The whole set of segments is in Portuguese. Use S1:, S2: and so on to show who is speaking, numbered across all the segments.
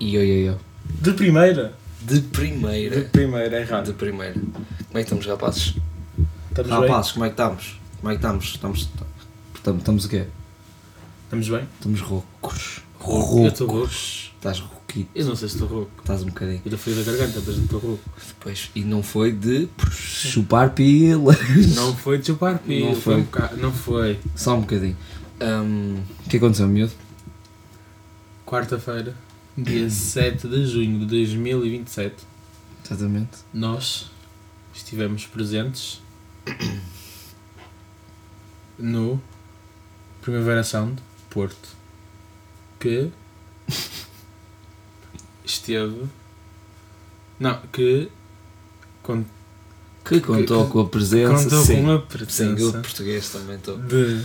S1: Io, io, io.
S2: De primeira.
S1: De
S2: De
S1: primeira. Ah,
S2: primeira, é
S1: De
S2: raro.
S1: primeira. Como é que estamos, rapazes?
S2: Estamos bem?
S3: Rapazes, como é que estamos? Como é que estamos? Estamos. Estamos, estamos o quê?
S2: Estamos bem?
S3: Estamos roucos.
S2: Eu
S3: Rouco.
S2: estou rouco.
S3: Estás rouquinho.
S2: Eu não sei se estou rouco.
S3: Estás um bocadinho.
S2: Eu da fui da garganta, mas não estou rouco.
S1: Depois, e não foi de.
S3: Chupar pila.
S2: Não foi de chupar pio.
S3: Não
S2: foi.
S3: foi.
S2: um bocado- Não foi.
S3: Só um bocadinho.
S1: Ahm,
S3: O que aconteceu, miúdo?
S2: Quarta-feira, dia 7 de junho de 2027,
S3: Exatamente.
S2: nós estivemos presentes no Primavera Sound Porto, que esteve. Não, que con-
S3: Que contou com a presença.
S2: contou
S3: sim.
S2: com
S1: sim,
S2: a
S1: eu
S2: presença
S1: português também estou.
S2: de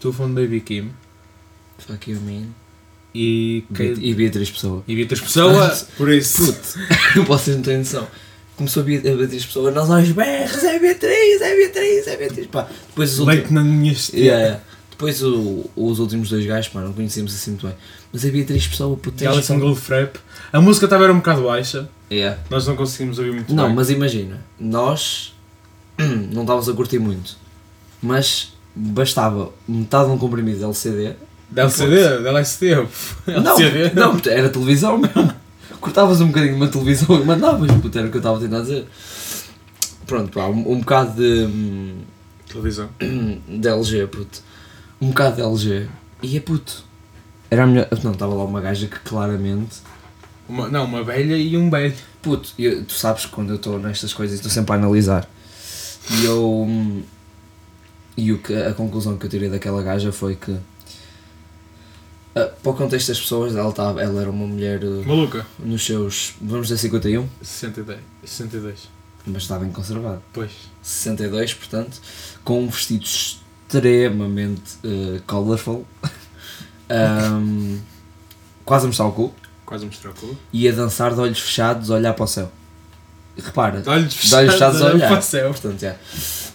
S2: Tufão Baby Kim
S1: Fuck you, mean.
S2: e,
S3: Beat-
S2: Kate-
S3: E Beatriz Pessoa.
S2: e Beatriz Pessoa. Por isso.
S1: Não vocês não têm noção. Começou a Beat- a Beatriz Pessoa, nós aos berros, é Beatriz, é Beatriz, é Beatriz. Pá, depois os
S2: Leite
S1: últimos.
S2: na minha estia.
S1: Yeah, yeah. Depois o- os últimos dois gajos, pá, não conhecemos assim muito bem. Mas a Beatriz Pessoa, puto, tens-
S2: Galaxy Golf Rap. A música estava era um bocado baixa,
S1: Yeah.
S2: nós não conseguimos ouvir muito
S1: Não,
S2: bem.
S1: mas imagina, nós não estávamos a curtir muito, mas bastava metade de um comprimido de LCD.
S2: Da LCD, da LSD. LCD.
S1: Não, não, era televisão mesmo. Cortavas um bocadinho de uma televisão e mandavas, puto, era o que eu estava a tentar dizer. Pronto, pá, um, um bocado de. hum,
S2: Televisão.
S1: de LG, puto. Um bocado de LG. E é puto. Era a melhor. Não, estava lá uma gaja que claramente.
S2: Uma, não, uma velha e um velho.
S1: Puto, eu- tu sabes que quando eu estou nestas coisas estou sempre a analisar. E eu. hum, E o que, a conclusão que eu tirei daquela gaja foi que. ah, para o contexto das pessoas, ela, estava, ela era uma mulher ah,
S2: Maluca.
S1: nos seus. vamos dizer 51,
S2: 62. 62.
S1: mas está bem conservada.
S2: Pois.
S1: 62, portanto, com um vestido extremamente eh, colorful, Ahm, quase a mostrar o cu,
S2: Quase um mostrou o cu.
S1: e a dançar de olhos fechados, a olhar para o céu. Repara,
S2: De olhos
S1: de olhos fechados, a olhar.
S2: para o céu.
S1: Portanto, já.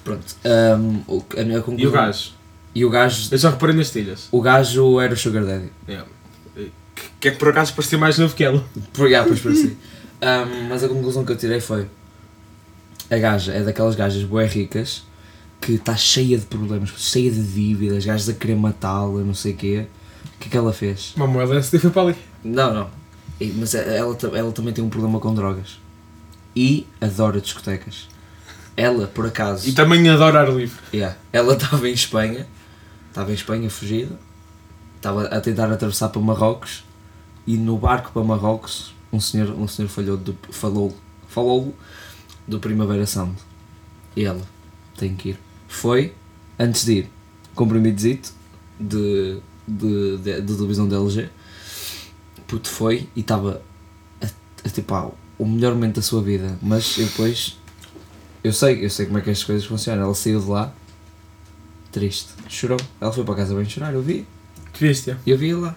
S1: Pronto, ahm, o que- a minha conclusão.
S2: E o gajo?
S1: E o gajo,
S2: Eu já reparei nas telhas.
S1: o gajo era o Sugar Daddy.
S2: É. Que, que é que por acaso parecia mais novo que ela.
S1: Por, yeah, pois parecia. Ahm, mas a conclusão que eu tirei foi: a gaja é daquelas gajas bué ricas que está cheia de problemas, cheia de dívidas, gajas a querer matá-la, não sei o quê. O que é que ela fez?
S2: Uma moeda LSD foi para ali.
S1: Não, não. E- Mas e- ela, ta- ela também tem um problema com drogas e adora discotecas. Ela, por acaso,
S2: E também adora ar livre.
S1: yeah, ela estava em Espanha, estava em Espanha fugida, estava a tentar atravessar para Marrocos e no barco para Marrocos um senhor, um senhor falhou do, falou, falou do Primavera Sound. E ela tem que ir. Foi, antes de ir, comprimidozito de, de, de, de televisão da LG. Puto foi e estava a, a, tipo, ah, o melhor momento da sua vida. Mas eu depois eu sei, eu sei como é que estas coisas funcionam. Ela saiu de lá triste, chorou. Ela foi para casa bem chorar, eu vi,
S2: Que viste? é?
S1: eu vi lá.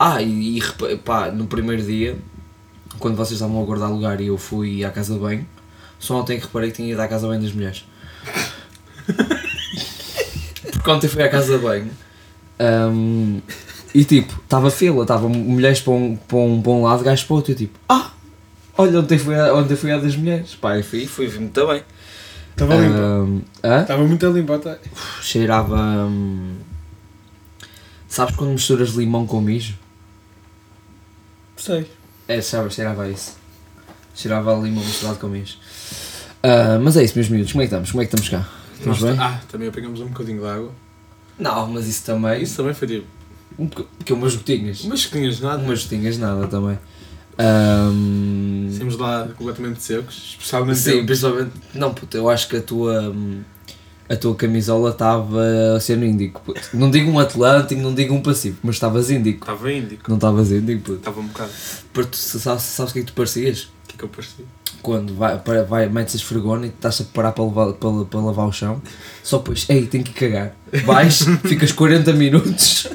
S1: Ah, e, e repa- pá, no primeiro dia, quando vocês estavam a guardar lugar e eu fui à casa de banho, só ontem que reparei que tinha ido à casa de banho das mulheres. Porque ontem fui à casa de banho hum, e tipo, estava fila, estava mulheres para um, para, um, para um lado, gajos para o outro. Eu tipo, ah, olha, ontem fui à, ontem fui à das mulheres. Pá, eu fui, fui, vi-me também.
S2: Estava limpa.
S1: Hum, hã?
S2: Estava muito limpa até.
S1: cheirava. hum, Sabes quando misturas limão com mijo?
S2: Sei.
S1: É, sabe, cheirava a isso. Cheirava a limão misturado com mijo. Ah, mas é isso, meus miúdos, como é que estamos? Como é que estamos cá? Estamos
S2: Nós-
S1: bem?
S2: Ah, também apanhamos um bocadinho de água.
S1: Não, mas isso também.
S2: Isso também foi tipo.
S1: Um boc- Porque umas gotinhas.
S2: Umas coquinhas de nada.
S1: Umas gotinhas, nada também. Ahm,
S2: Temos é? lá completamente secos, especialmente
S1: Sim,
S2: eu.
S1: principalmente. Não, puto, eu acho que a tua. hum, A tua camisola estava Oceano Índico. puto. Não digo um Atlântico, não digo um Pacífico, mas estavas Índico.
S2: Estava índico.
S1: Não estavas Índico, puto.
S2: Estava um bocado.
S1: Porque tu sabes, sabes o que é que tu parecias?
S2: O que é que eu parecia?
S1: Quando vai, para, vai, metes as esfregona e estás a parar para, levar, para, para lavar o chão, só depois, ei, tenho que cagar. Vais, ficas 40 minutos.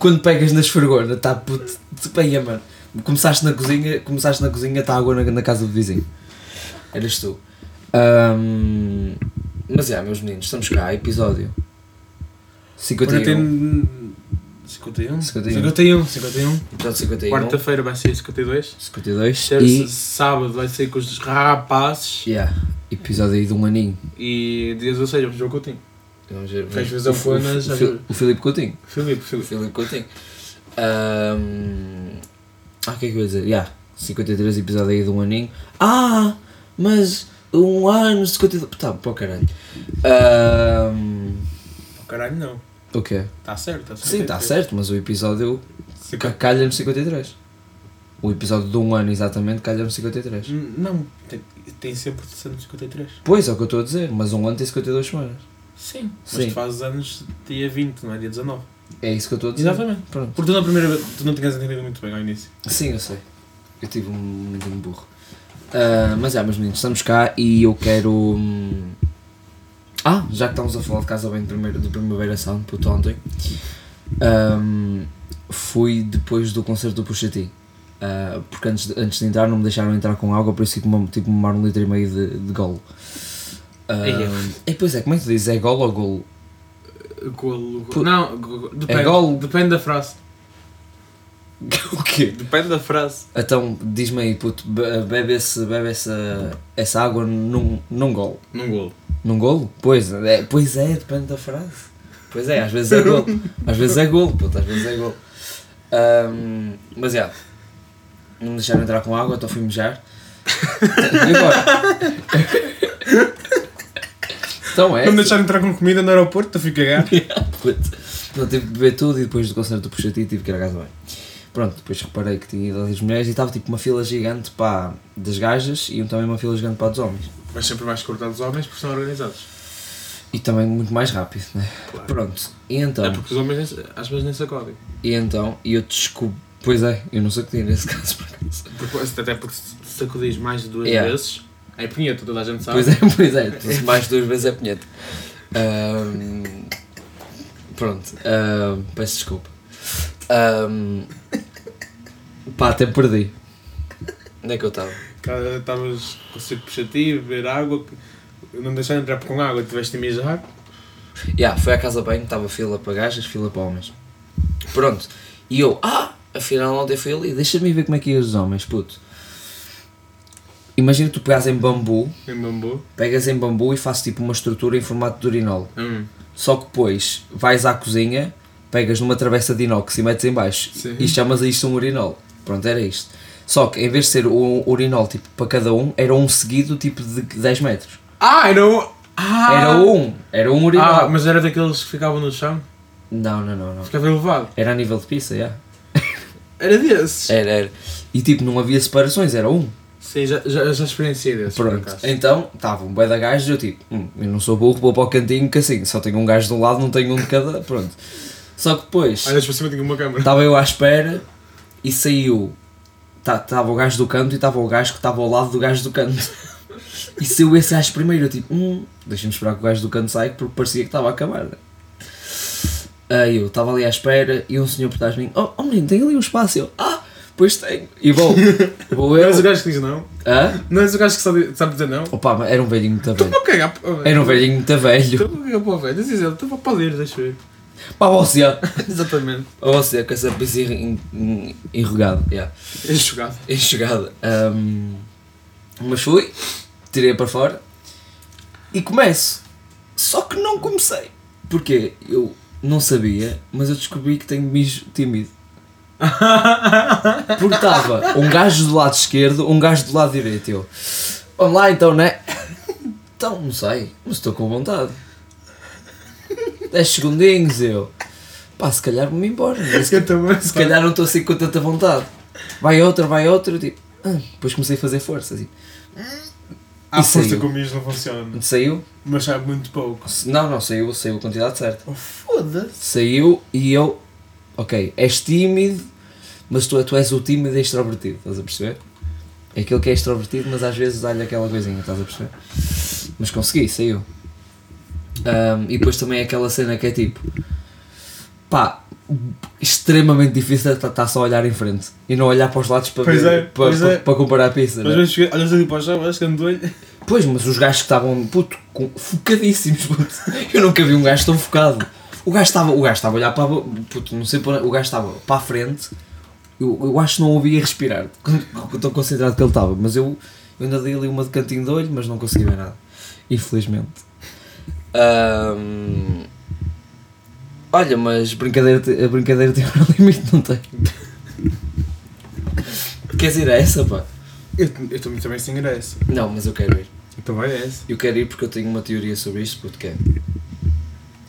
S1: Quando pegas na esfregona, está puto. Bem, é, mano. Começaste na cozinha, começaste na cozinha, está água na, na casa do vizinho. Eras tu. Ahm,
S2: um.
S1: mas é, meus meninos, estamos cá, episódio 51.
S2: Ora, tem 51?
S1: 51.
S2: 51. 51.
S1: Episódio 51.
S2: Quarta-feira vai ser 52.
S1: 52.
S2: Terça,
S1: um. E.
S2: sábado vai ser com os rapazes.
S1: Yeah. Episódio aí de um aninho.
S2: E dia 16 vamos ver o Coutinho.
S1: Vamos ver.
S2: Queres
S1: Vamos-
S2: fazer
S1: o- o-
S2: o Conas?
S1: o Fi- O Filipe Coutinho.
S2: Filipe,
S1: O
S2: Filipe.
S1: Filipe Coutinho. Ahm, Ah, o que é que eu ia dizer? Yeah. 53 episódio aí de um aninho. Ah! Mas um ano, 52. Tá, pô caralho. Ahm,
S2: Oh, caralho, não.
S1: O quê?
S2: Está certo, tá está certo.
S1: Sim, está certo, mas o episódio ca-
S2: 50.
S1: calha no 53. O episódio de um ano exatamente calha no 53.
S2: Hum, Não, tem, tem sempre de ser no 53.
S1: Pois é o que eu estou a dizer, mas um ano tem 52 semanas.
S2: Sim. Mas
S1: Sim.
S2: tu fazes anos dia 20, não é dia 19.
S1: É isso que eu estou a dizer.
S2: Exatamente.
S1: Pronto.
S2: Porque tu na primeira vez, tu não tinhas entendido muito bem ao início.
S1: Sim, eu sei. Eu tive um momento de burro. Ah, mas é, meus meninos, estamos cá e eu quero. hum, Ah, já que estamos a falar de casa bem de, primeiro, de Primavera Sound, puto ontem, hum, fui depois do concerto do Pusha T. Ah, porque antes de, antes de entrar não me deixaram entrar com água, por isso tive uma- tive que tomar um litro e meio de, de golo. Ah,
S2: Eia.
S1: e pois é, como é que tu dizes? É golo ou golo?
S2: Golo.
S1: Pu-
S2: Não, go- depende.
S1: golo.
S2: Depende da frase.
S1: o quê?
S2: Depende da frase.
S1: Então, diz-me aí, puto, be- bebe, esse, bebe essa, essa água num, num golo.
S2: Num golo.
S1: Num golo? Pois é, pois é, depende da frase. Pois é, às vezes é golo. Às vezes é golo, puto, às vezes é golo. Ahm, mas é, não me deixaram entrar com água, então fui mijar. E agora? Então é.
S2: Não me deixaram entrar com comida no aeroporto, tu fica cagado.
S1: Puto. Então tive que beber tudo e depois do concerto do Puxa T tive que ir à casa bem. Pronto, depois reparei que tinha ido às mulheres e estava tipo uma fila gigante para das gajas e um também uma fila gigante para dos homens.
S2: Mas sempre mais cortar os homens porque são organizados.
S1: E também muito mais rápido, né?
S2: Claro.
S1: Pronto, e então,
S2: É porque os homens nem se- às vezes nem se acodem.
S1: e então, e eu descobri. Pois é, eu não sei o que tinha nesse caso por acaso.
S2: Porque- Até porque se te sacudis mais de duas
S1: Yeah.
S2: vezes, é punheta, toda a gente sabe.
S1: Pois é, pois é, tu se mais duas vezes é punheta. Ahm, pronto, ahm, peço desculpa. Ahm, pá, até perdi. Onde é que eu estava?
S2: Cara, Tá, Estavas com o circo puxativo, beber água, não deixaram entrar com água, tiveste a mijar.
S1: Yeah, foi à casa bem, estava fila para gajas, fila para homens. Pronto. E eu, ah, afinal ontem fui ali, deixa-me ver como é que iam os homens, puto. Imagina que tu pegas em bambu,
S2: Em bambu.
S1: pegas em bambu e fazes tipo uma estrutura em formato de urinol.
S2: Hum.
S1: Só que depois vais à cozinha, pegas numa travessa de inox e metes em baixo
S2: Sim.
S1: e chamas a isto um urinol. Pronto, era isto. Só que em vez de ser um urinol tipo para cada um, era um seguido tipo de 10 metros.
S2: Ah, era o. Ah!
S1: Era um, era um urinol.
S2: Ah, mas era daqueles que ficavam no chão,
S1: Não, não, não, não.
S2: ficava elevado.
S1: Era a nível de pizza, yeah.
S2: Era desses.
S1: Era, era. E tipo, não havia separações, era um.
S2: Sim, já, já, já experienciei desses. por
S1: Pronto.
S2: acaso.
S1: Então, estava um bué de gajos e eu tipo, hum, eu não sou burro, vou para o cantinho que assim, só tenho um gajo de um lado, não tenho um de cada, pronto. Só que depois,
S2: Olha, para cima tinha uma câmera.
S1: estava eu à espera e saiu, estava o gajo do canto e estava o gajo que estava ao lado do gajo do canto. E saiu esse gajo primeiro, eu tipo, hum, deixa-me esperar que o gajo do canto saia porque parecia que estava a acabar. né? Aí eu estava ali à espera e um senhor por trás de mim, oh, oh menino, tem ali um espaço, eu, ah, pois tenho. E vou, vou
S2: Não
S1: eu.
S2: és o gajo que diz não.
S1: Hã?
S2: Não és o gajo que sabe, sabe dizer não.
S1: Opa, mas era um velhinho muito velho.
S2: Estou a cagar para o velho.
S1: Era um velhinho muito velho.
S2: Estou a cagar para o velho. Diz ele, estou para ler, deixa eu ver.
S1: Pá, você, ó.
S2: Exatamente.
S1: Ó, você com essa piscina en- en- enrugada. Yeah.
S2: É jogado.
S1: Enxugada. Ahm, um, mas fui, tirei para fora e começo. Só que não comecei. Porquê? Eu não sabia, mas eu descobri que tenho mijo tímido. Porque estava um gajo do lado esquerdo, um gajo do lado direito. Eu, vamos lá então, né? Então, não sei, mas estou com vontade. 10 segundinhos eu. Pá, se calhar vou-me embora. né?" nem sequer-
S2: É Eu também.
S1: se calhar não estou assim com tanta vontade. Vai outra, vai outra, tipo. ah, depois comecei a fazer força, tipo.
S2: A
S1: Isso
S2: força
S1: aí.
S2: com mijo não funciona.
S1: Saiu?
S2: Mas sabe muito pouco.
S1: Não, não, saiu, saiu a quantidade certa.
S2: Oh, foda-se.
S1: Saiu e eu. Ok, és tímido, mas tu, tu és o tímido e extrovertido, estás a perceber? É aquele que é extrovertido, mas às vezes dá-lhe aquela coisinha, estás a perceber? Mas consegui, saiu. Ahm, e depois também é aquela cena que é tipo. Pá, extremamente difícil estar só a olhar em frente e não olhar para os lados para,
S2: Pois
S1: ver-
S2: é,
S1: para,
S2: pois
S1: para-
S2: é.
S1: para comparar a pista.
S2: Às
S1: né?
S2: vezes chega- olhas ali para o chão, olhas que ando olho.
S1: Pois, mas os gajos que estavam, puto, com- focadíssimos, puto. Eu nunca vi um gajo tão focado. O gajo estava, o gajo estava a olhar para a bo- puto, não sei para, onde- o gajo estava para a frente. Eu, eu acho que não ouvia respirar. Estou concentrado que ele estava, mas eu, eu ainda dei ali uma de cantinho de olho, mas não consegui ver nada. Infelizmente. Ahm, olha, mas brincadeira, te- a brincadeira tem um limite, não tem? Queres ir a essa, pá?
S2: Eu, eu também, também sem graça.
S1: Não, mas eu quero ir.
S2: Então vai essa.
S1: Eu quero ir porque eu tenho uma teoria sobre isto, porque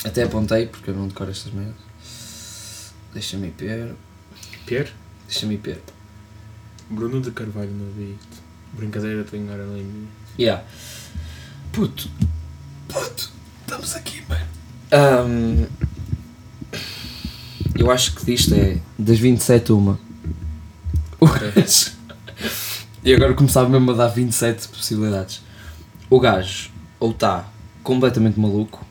S1: até apontei, porque eu não decoro estas merdas. Deixa-me ir ver,
S2: Pierre?
S1: deixa-me ir ver.
S2: Bruno de Carvalho não vi isto. Brincadeira, tenho hora limite.
S1: Yeah. Puto. Puto. Estamos aqui, mano. eu acho que disto é das 27 uma. O gajo. E agora começava mesmo a dar 27 possibilidades. O gajo ou está completamente maluco,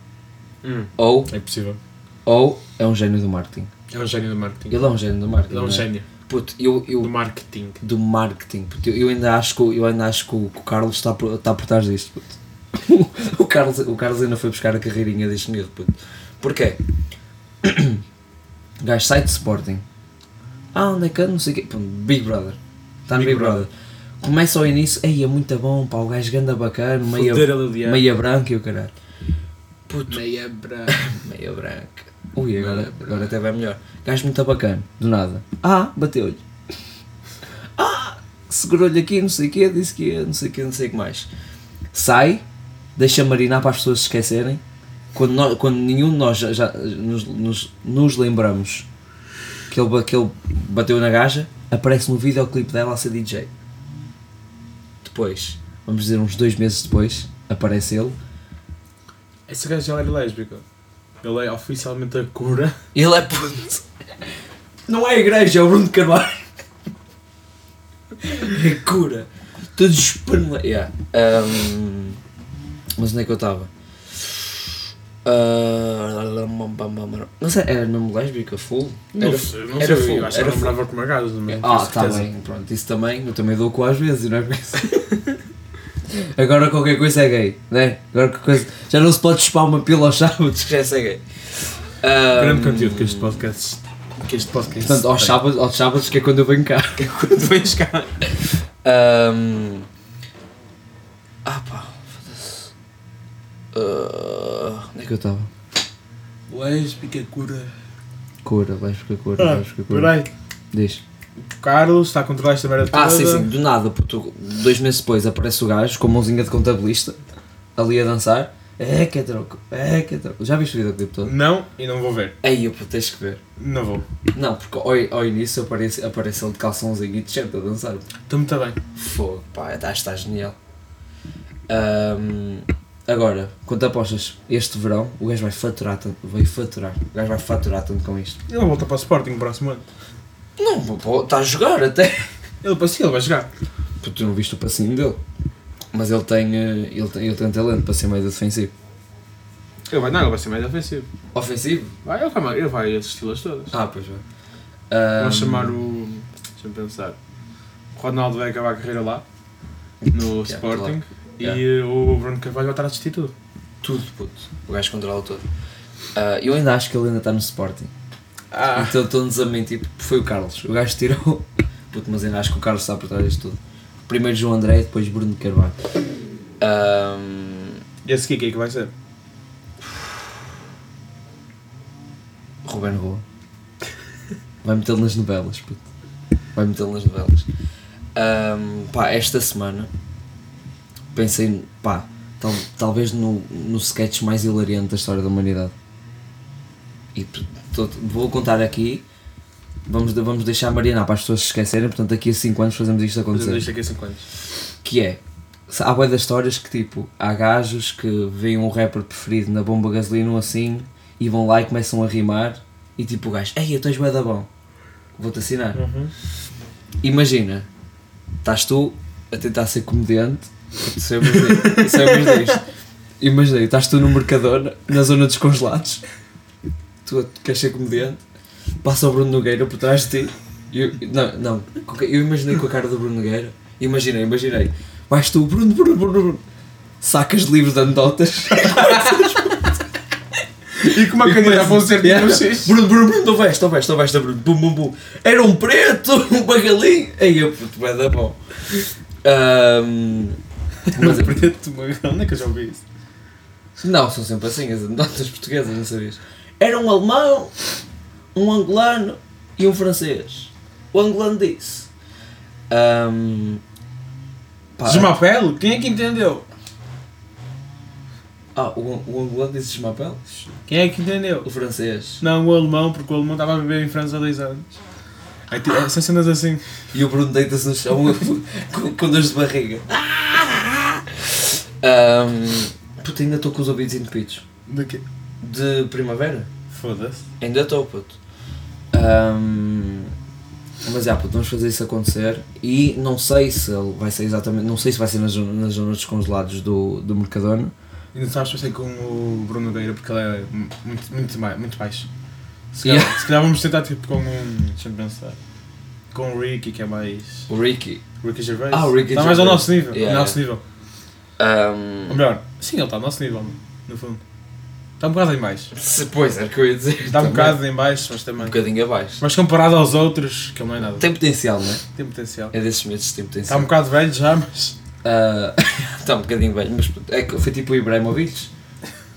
S2: Hum,
S1: ou,
S2: é possível.
S1: ou é um gênio do marketing.
S2: É um gênio do marketing.
S1: Ele é um gênio do marketing.
S2: Ele é um
S1: não
S2: gênio
S1: Puto, eu, eu,
S2: do marketing.
S1: do marketing. Puto, eu, eu ainda acho que, o- eu ainda acho que o, que o Carlos está por, está por trás disto. Puto. O, Carlos, o Carlos ainda foi buscar a carreirinha deste miúdo. Puto. Porquê? O gajo sai de Sporting. Ah, onde é que anda? Não sei o quê. Pum, Big Brother. Está no Big,
S2: Big
S1: Brother. Começa ao início. Ei, é muito bom, pá. O gajo ganda bacana. Meia,
S2: Foder a Liliana.
S1: meia branca e o caralho. Puto,
S2: Meia bra.
S1: meia branca. Ui,
S2: Meia
S1: agora,
S2: branca.
S1: agora até vai melhor. Gajo muito bacana, do nada. Ah, bateu-lhe. Ah, segurou-lhe aqui, não sei o quê, disse que ia, não sei o quê, não sei o que mais. Sai, deixa marinar para as pessoas se esquecerem. Quando, nó- quando nenhum de nós já, já nos, nos, nos lembramos que ele, ba- que ele bateu na gaja, aparece no videoclipe dela a ser DJ. Depois, vamos dizer uns dois meses depois, aparece ele.
S2: Esse gajo já era lésbico. Ele é oficialmente a cura.
S1: Ele é puto. Não é a igreja, é o Bruno de Carvalho. É cura. Todos os panela- Yeah. Um, mas onde é que eu estava? Ah, mas era era mesmo lésbica, full?
S2: Não
S1: Era-
S2: sei, não
S1: era
S2: sei,
S1: full,
S2: eu acho que
S1: era
S2: não lembrava como acaso, mas
S1: ah,
S2: com
S1: está
S2: certeza.
S1: bem, pronto, isso também, eu também dou com às vezes, não é? por isso. Agora qualquer coisa é gay, não é? Agora qualquer coisa. Já não se pode chupar uma pila aos sábados, já é gay. Ah,
S2: Grande conteúdo que este podcast. Que este podcast.
S1: Portanto, aos
S2: tem.
S1: sábados, aos sábados que é quando eu venho cá.
S2: Quando vens cá.
S1: Ahm, Ah pá, foda-se. Ah, onde é que eu estava?
S2: Lésbica cura.
S1: Cura, vais buscar cura,
S2: Ah,
S1: vais buscar cura.
S2: Peraí.
S1: Diz.
S2: O Carlos está a controlar esta merda toda.
S1: Ah, sim, sim, do nada, puto, dois meses depois aparece o gajo com a mãozinha de contabilista ali a dançar. É que é troco, é que é troco. Já viste o videoclipe todo?
S2: Não, e não vou ver.
S1: Aí eu puto, tens que ver.
S2: Não vou.
S1: Não, porque ao, ao início aparece, aparece ele de calçãozinho e de shirt a dançar.
S2: Estou muito bem.
S1: Fogo, pá, está, está genial. Ahm, agora, quanto apostas, este verão o gajo vai faturar tanto, vai faturar, o gajo vai faturar tanto com isto.
S2: Ele volta para o Sporting no próximo ano.
S1: Não, pô, está a jogar até.
S2: Ele para si, ele vai jogar.
S1: Porque tu não viste o passinho dele. Mas ele tem, eh, ele tem, ele tem talento para ser meio defensivo.
S2: Ele vai, não, ele vai ser mais ofensivo.
S1: Ofensivo?
S2: Vai, ele vai, ele vai a esses estilos todos.
S1: Ah, pois vai.
S2: Vamos
S1: Ahm,
S2: chamar o. Deixa-me pensar. O Ronaldo vai acabar a carreira lá, no
S1: Yeah,
S2: Sporting, e
S1: Yeah.
S2: eh, o Bruno Carvalho vai estar a assistir tudo.
S1: Tudo, puto. O gajo controla tudo. Ah, eu ainda acho que ele ainda está no Sporting.
S2: Ah,
S1: Então estão-nos a mentir, porque foi o Carlos. O gajo tirou. Puto, mas ainda acho que o Carlos está por trás disto tudo. Primeiro João André, depois Bruno de Carvalho. Ahm,
S2: e esse aqui, quem é que vai ser?
S1: Ruben Rua. Vai metê-lo nas novelas, puto. Vai metê-lo nas novelas. Ahm, pá, esta semana pensei, pá, tal- talvez no, no sketch mais hilariante da história da humanidade. E p- tô- vou contar aqui. Vamos, de- vamos deixar marinar para as pessoas se esquecerem, portanto daqui a 5 anos fazemos isto acontecer.
S2: Fazendo isto aqui a 5 anos.
S1: Que é, se- há boia das histórias que tipo, há gajos que veem um rapper preferido na bomba gasolina ou assim e vão lá e começam a rimar e tipo o gajo, ei, eu tens boia da bom, vou-te assinar. Imagina, estás tu a tentar ser comediante, sabemos disto, sabemos disto. Imagina, estás tu no Mercadona, na zona dos congelados, tu queres ser comediante, passa o Bruno Nogueira por trás de ti. Eu, não, não, com que- eu imaginei com a cara do Bruno Nogueira, imaginei, imaginei. Vais tu, Bruno, Bruno, Bruno, Bruno. sacas livros de anedotas
S2: E como a candidata foi um certinho,
S1: Yeah.
S2: vocês.
S1: Bruno, Bruno, Bruno, tu veste, tu veste, tu veste, Bruno, bum, bum, bum. Era um preto, um bagalinho. Aí eu, puto, vai dar bom. Ahm, mas-
S2: Mas é preto, mas onde é que eu já ouvi isso?
S1: não, são sempre assim as anedotas portuguesas, não sabias? Era um alemão, um angolano e um francês. O angolano disse. ahm, pá,
S2: Desmapelo? Quem é que entendeu?
S1: ah, o, o angolano disse Smapel?
S2: Quem é que entendeu?
S1: O francês.
S2: Não, o alemão, porque o alemão estava a viver em França há dois anos. Aí, ti- é, são cenas assim.
S1: E o Bruno deita-se no chão com, com dores de barriga. Ahm, puta, ainda estou com os ouvidos entupidos.
S2: De quê?
S1: De primavera?
S2: Foda-se.
S1: Ainda estou, puto. Ahm, mas já, puto, vamos fazer isso acontecer. E não sei se ele vai ser exatamente. Não sei se vai ser nas zonas, nas zonas descongeladas do, do Mercadona.
S2: E não sabes, passei com o Bruno Nogueira porque ele é mu- muito, muito, mai- muito baixo. Se calhar,
S1: Yeah.
S2: se calhar vamos tentar tipo com um. Deixa eu pensar. Com o Ricky, que é mais.
S1: O Ricky.
S2: Ricky Gervais.
S1: Ah, o Ricky
S2: Está mais ao
S1: Gervais.
S2: nosso nível. ao
S1: Yeah,
S2: nosso nível.
S1: Ahm,
S2: Ou melhor, sim, ele está ao nosso nível, no fundo. Está um bocado em baixo.
S1: se- pois, era o que eu ia dizer.
S2: Está um
S1: também.
S2: bocado em baixo, mas
S1: Um
S2: também.
S1: bocadinho abaixo.
S2: Mas comparado aos outros, que ele não é nada. Tem,
S1: Tem potencial, não é?
S2: potencial.
S1: É desses meses que tem
S2: Está
S1: potencial.
S2: um bocado velho já, mas.
S1: Ah, Está um bocadinho velho, mas é que foi tipo o Ibrahimovic.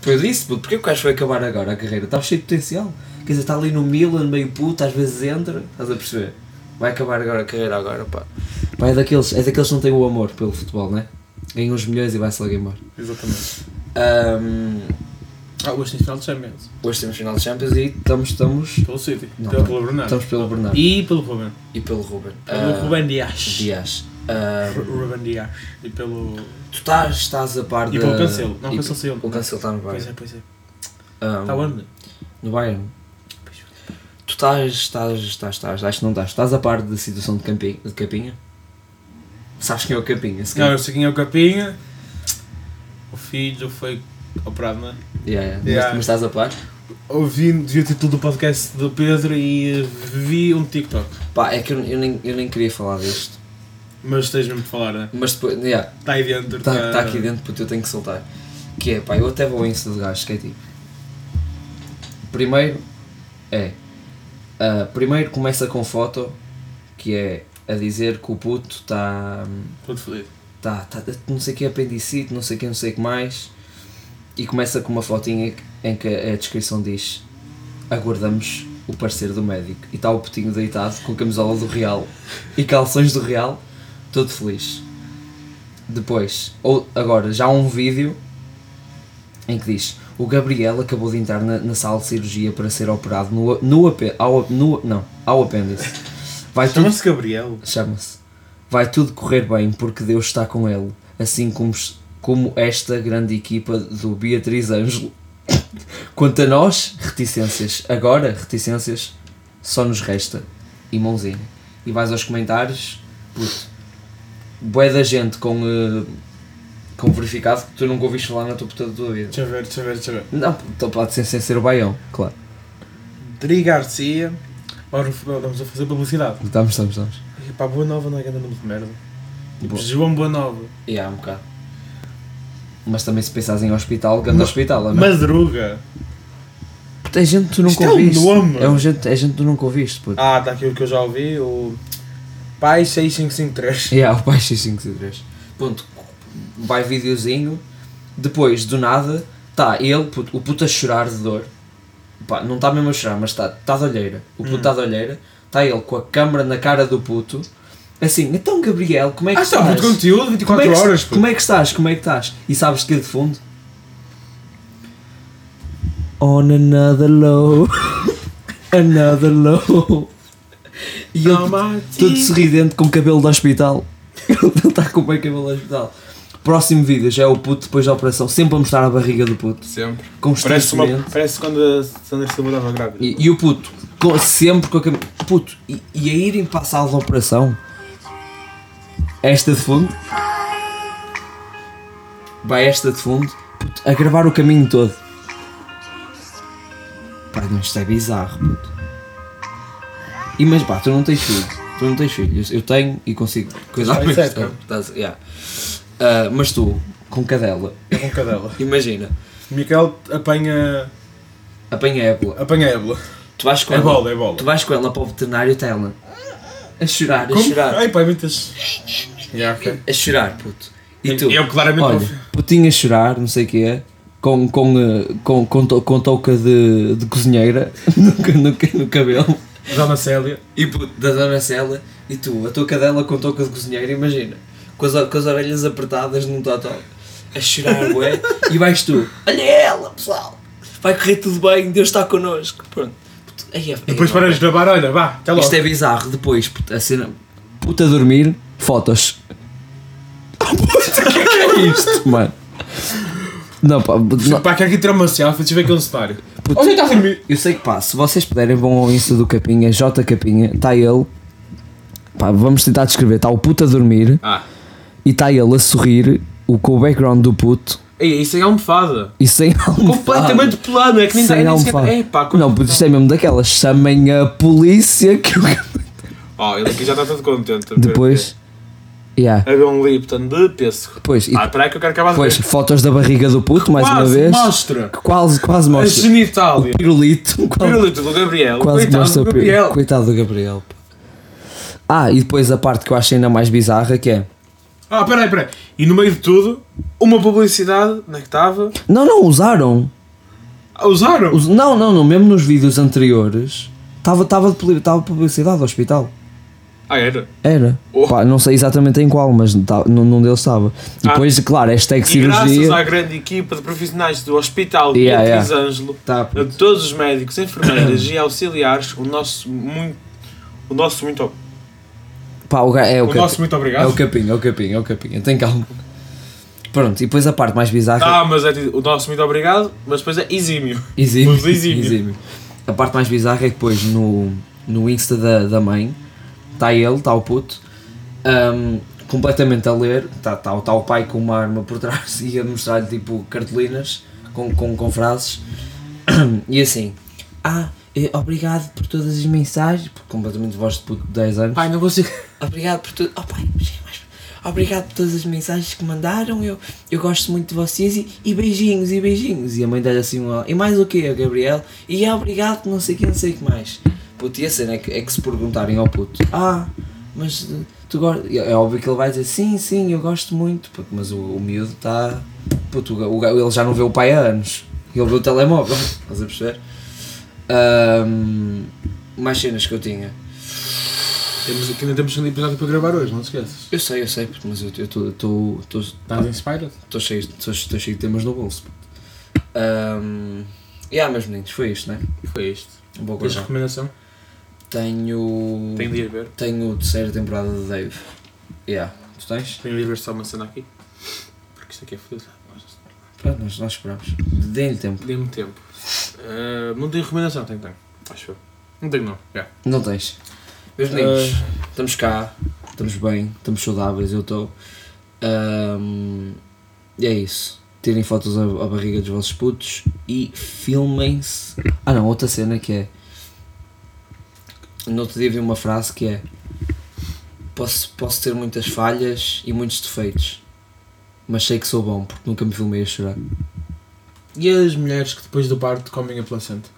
S1: Foi eu disse, puto, porque o gajo foi acabar agora a carreira? Estava cheio de potencial. Quer dizer, está ali no Milan, meio puto, às vezes entra, estás a perceber? Vai acabar agora a carreira agora, pá. Pá, é daqueles, é daqueles que não têm o amor pelo futebol, né? Ganha uns milhões e vai-se logo embora.
S2: Exatamente.
S1: Ahm,
S2: Ah, hoje tem final de Champions.
S1: hoje temos final de Champions e estamos, estamos,
S2: Pelo City.
S1: Não,
S2: pelo,
S1: não.
S2: pelo Bernardo.
S1: estamos pelo Bernardo e,
S2: E pelo Ruben.
S1: pelo Ruben.
S2: Pelo
S1: Ah,
S2: Ruben Dias.
S1: Dias. Ah,
S2: Ru- Ruben Dias. E pelo.
S1: tu estás, estás a par
S2: E
S1: da-
S2: pelo Cancelo. Não,
S1: e-
S2: Cancelo saiu.
S1: O Cancelo está no
S2: Pois é,
S1: Bayern.
S2: pois é. Tá
S1: Ah,
S2: Está onde?
S1: No Bayern. Tu estás, estás, estás, estás, acho que não estás. Estás a par da situação de, Campi, de Capinha? Sabes quem é o Capinha? Se
S2: Não,
S1: calhar-
S2: eu sei quem é o Capinha. O filho foi operado, não é?
S1: Yeah, yeah. Mas-
S2: Yeah.
S1: Mas, estás a par?
S2: Ouvi, vi o título do podcast do Pedro e vi um TikTok.
S1: Pá, é que eu, eu nem, eu nem queria falar disto.
S2: Mas tens mesmo de falar, né?
S1: Mas depois, yeah,
S2: Está aí dentro. tá
S1: está aqui dentro porque eu tenho que soltar. Que é, pá, eu até vou ao Insta de gajos, que é tipo. Primeiro é. ah, primeiro começa com foto que é a dizer que o puto hum, está.
S2: Estou-te fodido.
S1: tá, tá, não sei o que é apendicite, não sei o que, não sei o que mais. E começa com uma fotinha em que a descrição diz: Aguardamos o parecer do médico. E está o putinho deitado com camisola do Real e calções do Real, todo feliz. Depois, ou agora, já há um vídeo em que diz: O Gabriel acabou de entrar na, na sala de cirurgia para ser operado no, a- no, ape- ao, a- no não, ao apêndice. Vai tudo
S2: Chama-se Gabriel.
S1: chama-se Vai tudo correr bem porque Deus está com ele, assim como, como esta grande equipa do Beatriz Ângelo. Quanto a nós, reticências. Agora, reticências, só nos resta. E mãozinha. E vais aos comentários, puto. Bué da gente com, eh, com verificado que tu nunca ouviste falar na tua puta da tua vida.
S2: Deixa eu ver, deixa eu ver, deixa eu ver.
S1: Não, puto, pode ser sem ser o baião, claro.
S2: Dri Garcia. Agora estamos a fazer publicidade.
S1: Estamos, estamos, estamos.
S2: E pá, Boa Nova não é grande nome de merda. Tipo,
S1: Boa.
S2: João Boa Nova.
S1: E há um bocado. Mas também se pensares em hospital, grande
S2: Mas-
S1: hospital, é mesmo?
S2: Madruga.
S1: Puta, é gente que tu
S2: Isto
S1: nunca
S2: é um
S1: ouviste.
S2: nome.
S1: É um gente, é gente que tu nunca ouviste, puto.
S2: Ah, está aqui o que eu já ouvi. O Pai 6553.
S1: Yeah, o pai X553. Ponto. Vai videozinho. Depois, do nada, tá ele, puto, o puto a chorar de dor. Pá, não está mesmo a chorar, mas está tá de olheira. O puto
S2: Hum.
S1: está de olheira. Está ele com a câmara na cara do puto. Assim, então Gabriel, como é que
S2: Ah, está
S1: estás?
S2: muito conteúdo,
S1: como,
S2: 24
S1: é que,
S2: horas. pô.
S1: como é que estás? Como é que estás? E sabes que é de fundo? On another low. another low. E ele, Todo sorridente com cabelo do hospital. Ele está com bem cabelo do hospital. Próximo vídeo já é o puto depois da operação, sempre a mostrar a barriga do puto.
S2: Sempre. Parece, uma,
S1: Constantemente.
S2: parece quando a Sandra Silva estava grávida.
S1: E, e o puto, com- sempre com a cabelo. Puto, e, e a irem para a sala da operação. Esta de fundo. Vai esta de fundo. Puto, a gravar o caminho todo. Pá, não, isto é bizarro, puto. E mas pá, tu não tens filho. Tu não tens filho. Eu, eu tenho e consigo cuidar
S2: Vai
S1: bem.
S2: certo, não?
S1: Estás- yeah. Ah, mas tu, com cadela,
S2: É com cadela.
S1: imagina.
S2: Miguel apanha
S1: Apanha a ébola.
S2: Apanhei a bola.
S1: Tu vais com
S2: É
S1: ela.
S2: bola, é bola.
S1: Tu vais com ela para o veterinário e está ela a chorar, a chorar,
S2: Ai, pai, muitas. Yeah, ok.
S1: a chorar, puto. E tu?
S2: Eu É claramente
S1: Olha, putinho a chorar, não sei o que é, com, com, eh, com, com, to- com touca de, de cozinheira no, ca- no, ca- no cabelo.
S2: Dona Célia.
S1: E puto, da dona Cela, e tu, a touca dela com touca de cozinheira, imagina, com as, o- com as orelhas apertadas num totó, a chorar, ué, e vais tu, olha ela, pessoal, vai correr tudo bem, Deus está connosco, pronto. Puto, aí é- aí
S2: Depois
S1: é-
S2: para de gravar, olha, vá, até Tá logo.
S1: Isto é bizarro, depois, puto, a cena, puta a dormir, fotos.
S2: que é isto?
S1: Mano. Não, pá, não,
S2: Pá, quero aqui tirar uma selfie, deixa eu ver aquele cenário. Onde está a dormir?
S1: Eu sei que pá, se vocês puderem vão ao Insta do Capinha, J Capinha, está ele. Pá, vamos tentar descrever, está o puto a dormir
S2: Ah.
S1: e está ele a sorrir, o, com o background do puto
S2: Ei, isso é almofada.
S1: e sem almofada.
S2: Completamente pelado, é que nem
S1: sem
S2: nem sequer-
S1: almofada.
S2: É, pá, como-
S1: Não, puto, isto é mesmo daquelas, chamem a polícia que o Capinha-
S2: Ó, ele aqui já está todo contente.
S1: Depois. Yeah.
S2: A ver um Lipton de pêssego.
S1: Depois, e,
S2: Ah, peraí que eu quero acabar de
S1: depois
S2: ver.
S1: fotos da barriga do puto, mais uma
S2: Quase
S1: vez.
S2: mostra.
S1: Quase, quase
S2: A
S1: mostra.
S2: genitália.
S1: Pirulito. quase-
S2: Pirulito do Gabriel.
S1: Quase
S2: Coitado
S1: mostra
S2: do
S1: o pi-
S2: Gabriel.
S1: Coitado do Gabriel. pá. Ah, e depois a parte que eu acho ainda mais bizarra que é.
S2: Ah, peraí, peraí. E no meio de tudo, uma publicidade, onde é que estava?
S1: Não, não, usaram.
S2: Ah, Usaram.
S1: Us- Não, não, não, mesmo nos vídeos anteriores estava tava de poli- tava publicidade do hospital.
S2: Ah, era.
S1: Era.
S2: Oh.
S1: Pá, não sei exatamente em qual, mas ta- num num deles estava.
S2: Ah.
S1: Depois, claro, hashtag
S2: E graças à
S1: cirurgia.
S2: grande equipa de profissionais do Hospital
S1: Yeah,
S2: Beatriz
S1: yeah.
S2: Ângelo,
S1: Tá,
S2: a
S1: puto.
S2: todos os médicos, enfermeiras e auxiliares, o nosso muito. O nosso muito.
S1: Pá, o, ga- é, o,
S2: O
S1: capi-
S2: nosso muito
S1: é
S2: obrigado.
S1: o capinho, é o capinho, é o capinho. Tem calma. Pronto, e depois a parte mais bizarra.
S2: Ah, mas é tipo, o nosso muito obrigado, mas depois é exímio.
S1: Exímio.
S2: Os exímio.
S1: A parte mais bizarra é que depois no, no Insta da, da mãe está ele, está o puto, ahm, completamente a ler, está tá, o- tá o pai com uma arma por trás e a mostrar-lhe tipo cartolinas com, com, com frases e assim. Ah, eh, obrigado por todas as mensagens, porque completamente voz de puto de 10 anos.
S2: Pai, não consigo.
S1: Obrigado por tudo. Oh, pai, chega mais. Obrigado por todas as mensagens que mandaram. Eu, eu gosto muito de vocês e, e beijinhos, e beijinhos. E a mãe dá-lhe assim um. E mais o quê, Gabriel? E é obrigado, não sei o quê, não sei o que mais. Puto, e a cena é que, é que se perguntarem ao puto: Ah, mas eh, tu gostas. É óbvio que ele vai dizer: Sim, sim, eu gosto muito. Puto, mas o, o miúdo está. Puto, o ga- o ga- ele já não vê o pai há anos. Ele vê o telemóvel. Estás a perceber? Ahm, mais cenas que eu tinha.
S2: Temos, que ainda temos um episódio para gravar hoje, não te esqueças.
S1: Eu sei, eu sei, puto, mas eu estou.
S2: Estás inspirado?
S1: Estou cheio, tô, tô cheio de temas no bolso. puto. Ahm, yeah, meus meninos, foi isto, né?
S2: Foi isto.
S1: Boa
S2: Tens
S1: coisa.
S2: recomendação?
S1: Tenho.
S2: Tenho de ir ver.
S1: Tenho a terceira temporada de Dave. Yeah, tu tens?
S2: Tenho de ir ver só uma cena aqui. Porque isto aqui é fodido.
S1: Pronto, nós, nós esperamos. Dê-lhe tempo.
S2: Dê-me tempo. Ah, não tenho recomendação, tenho, tenho. Acho eu. Não tenho, não. Já.
S1: Não tens. Meus
S2: Ah,
S1: meninos, estamos cá, estamos bem, estamos saudáveis, eu estou. e é isso. Tirem fotos à, à barriga dos vossos putos e filmem-se. Ah não, outra cena que é. No outro dia vi uma frase que é posso, posso ter muitas falhas e muitos defeitos. Mas sei que sou bom porque nunca me filmei a chorar.
S2: E as mulheres que depois do parto comem a placenta?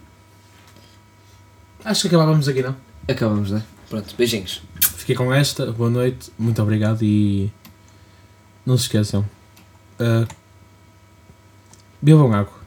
S2: Acho que acabávamos aqui, não?
S1: Acabamos, né? Pronto, beijinhos.
S2: Fiquei com esta. Boa noite. Muito obrigado e... Não se esqueçam. ah, bebam água.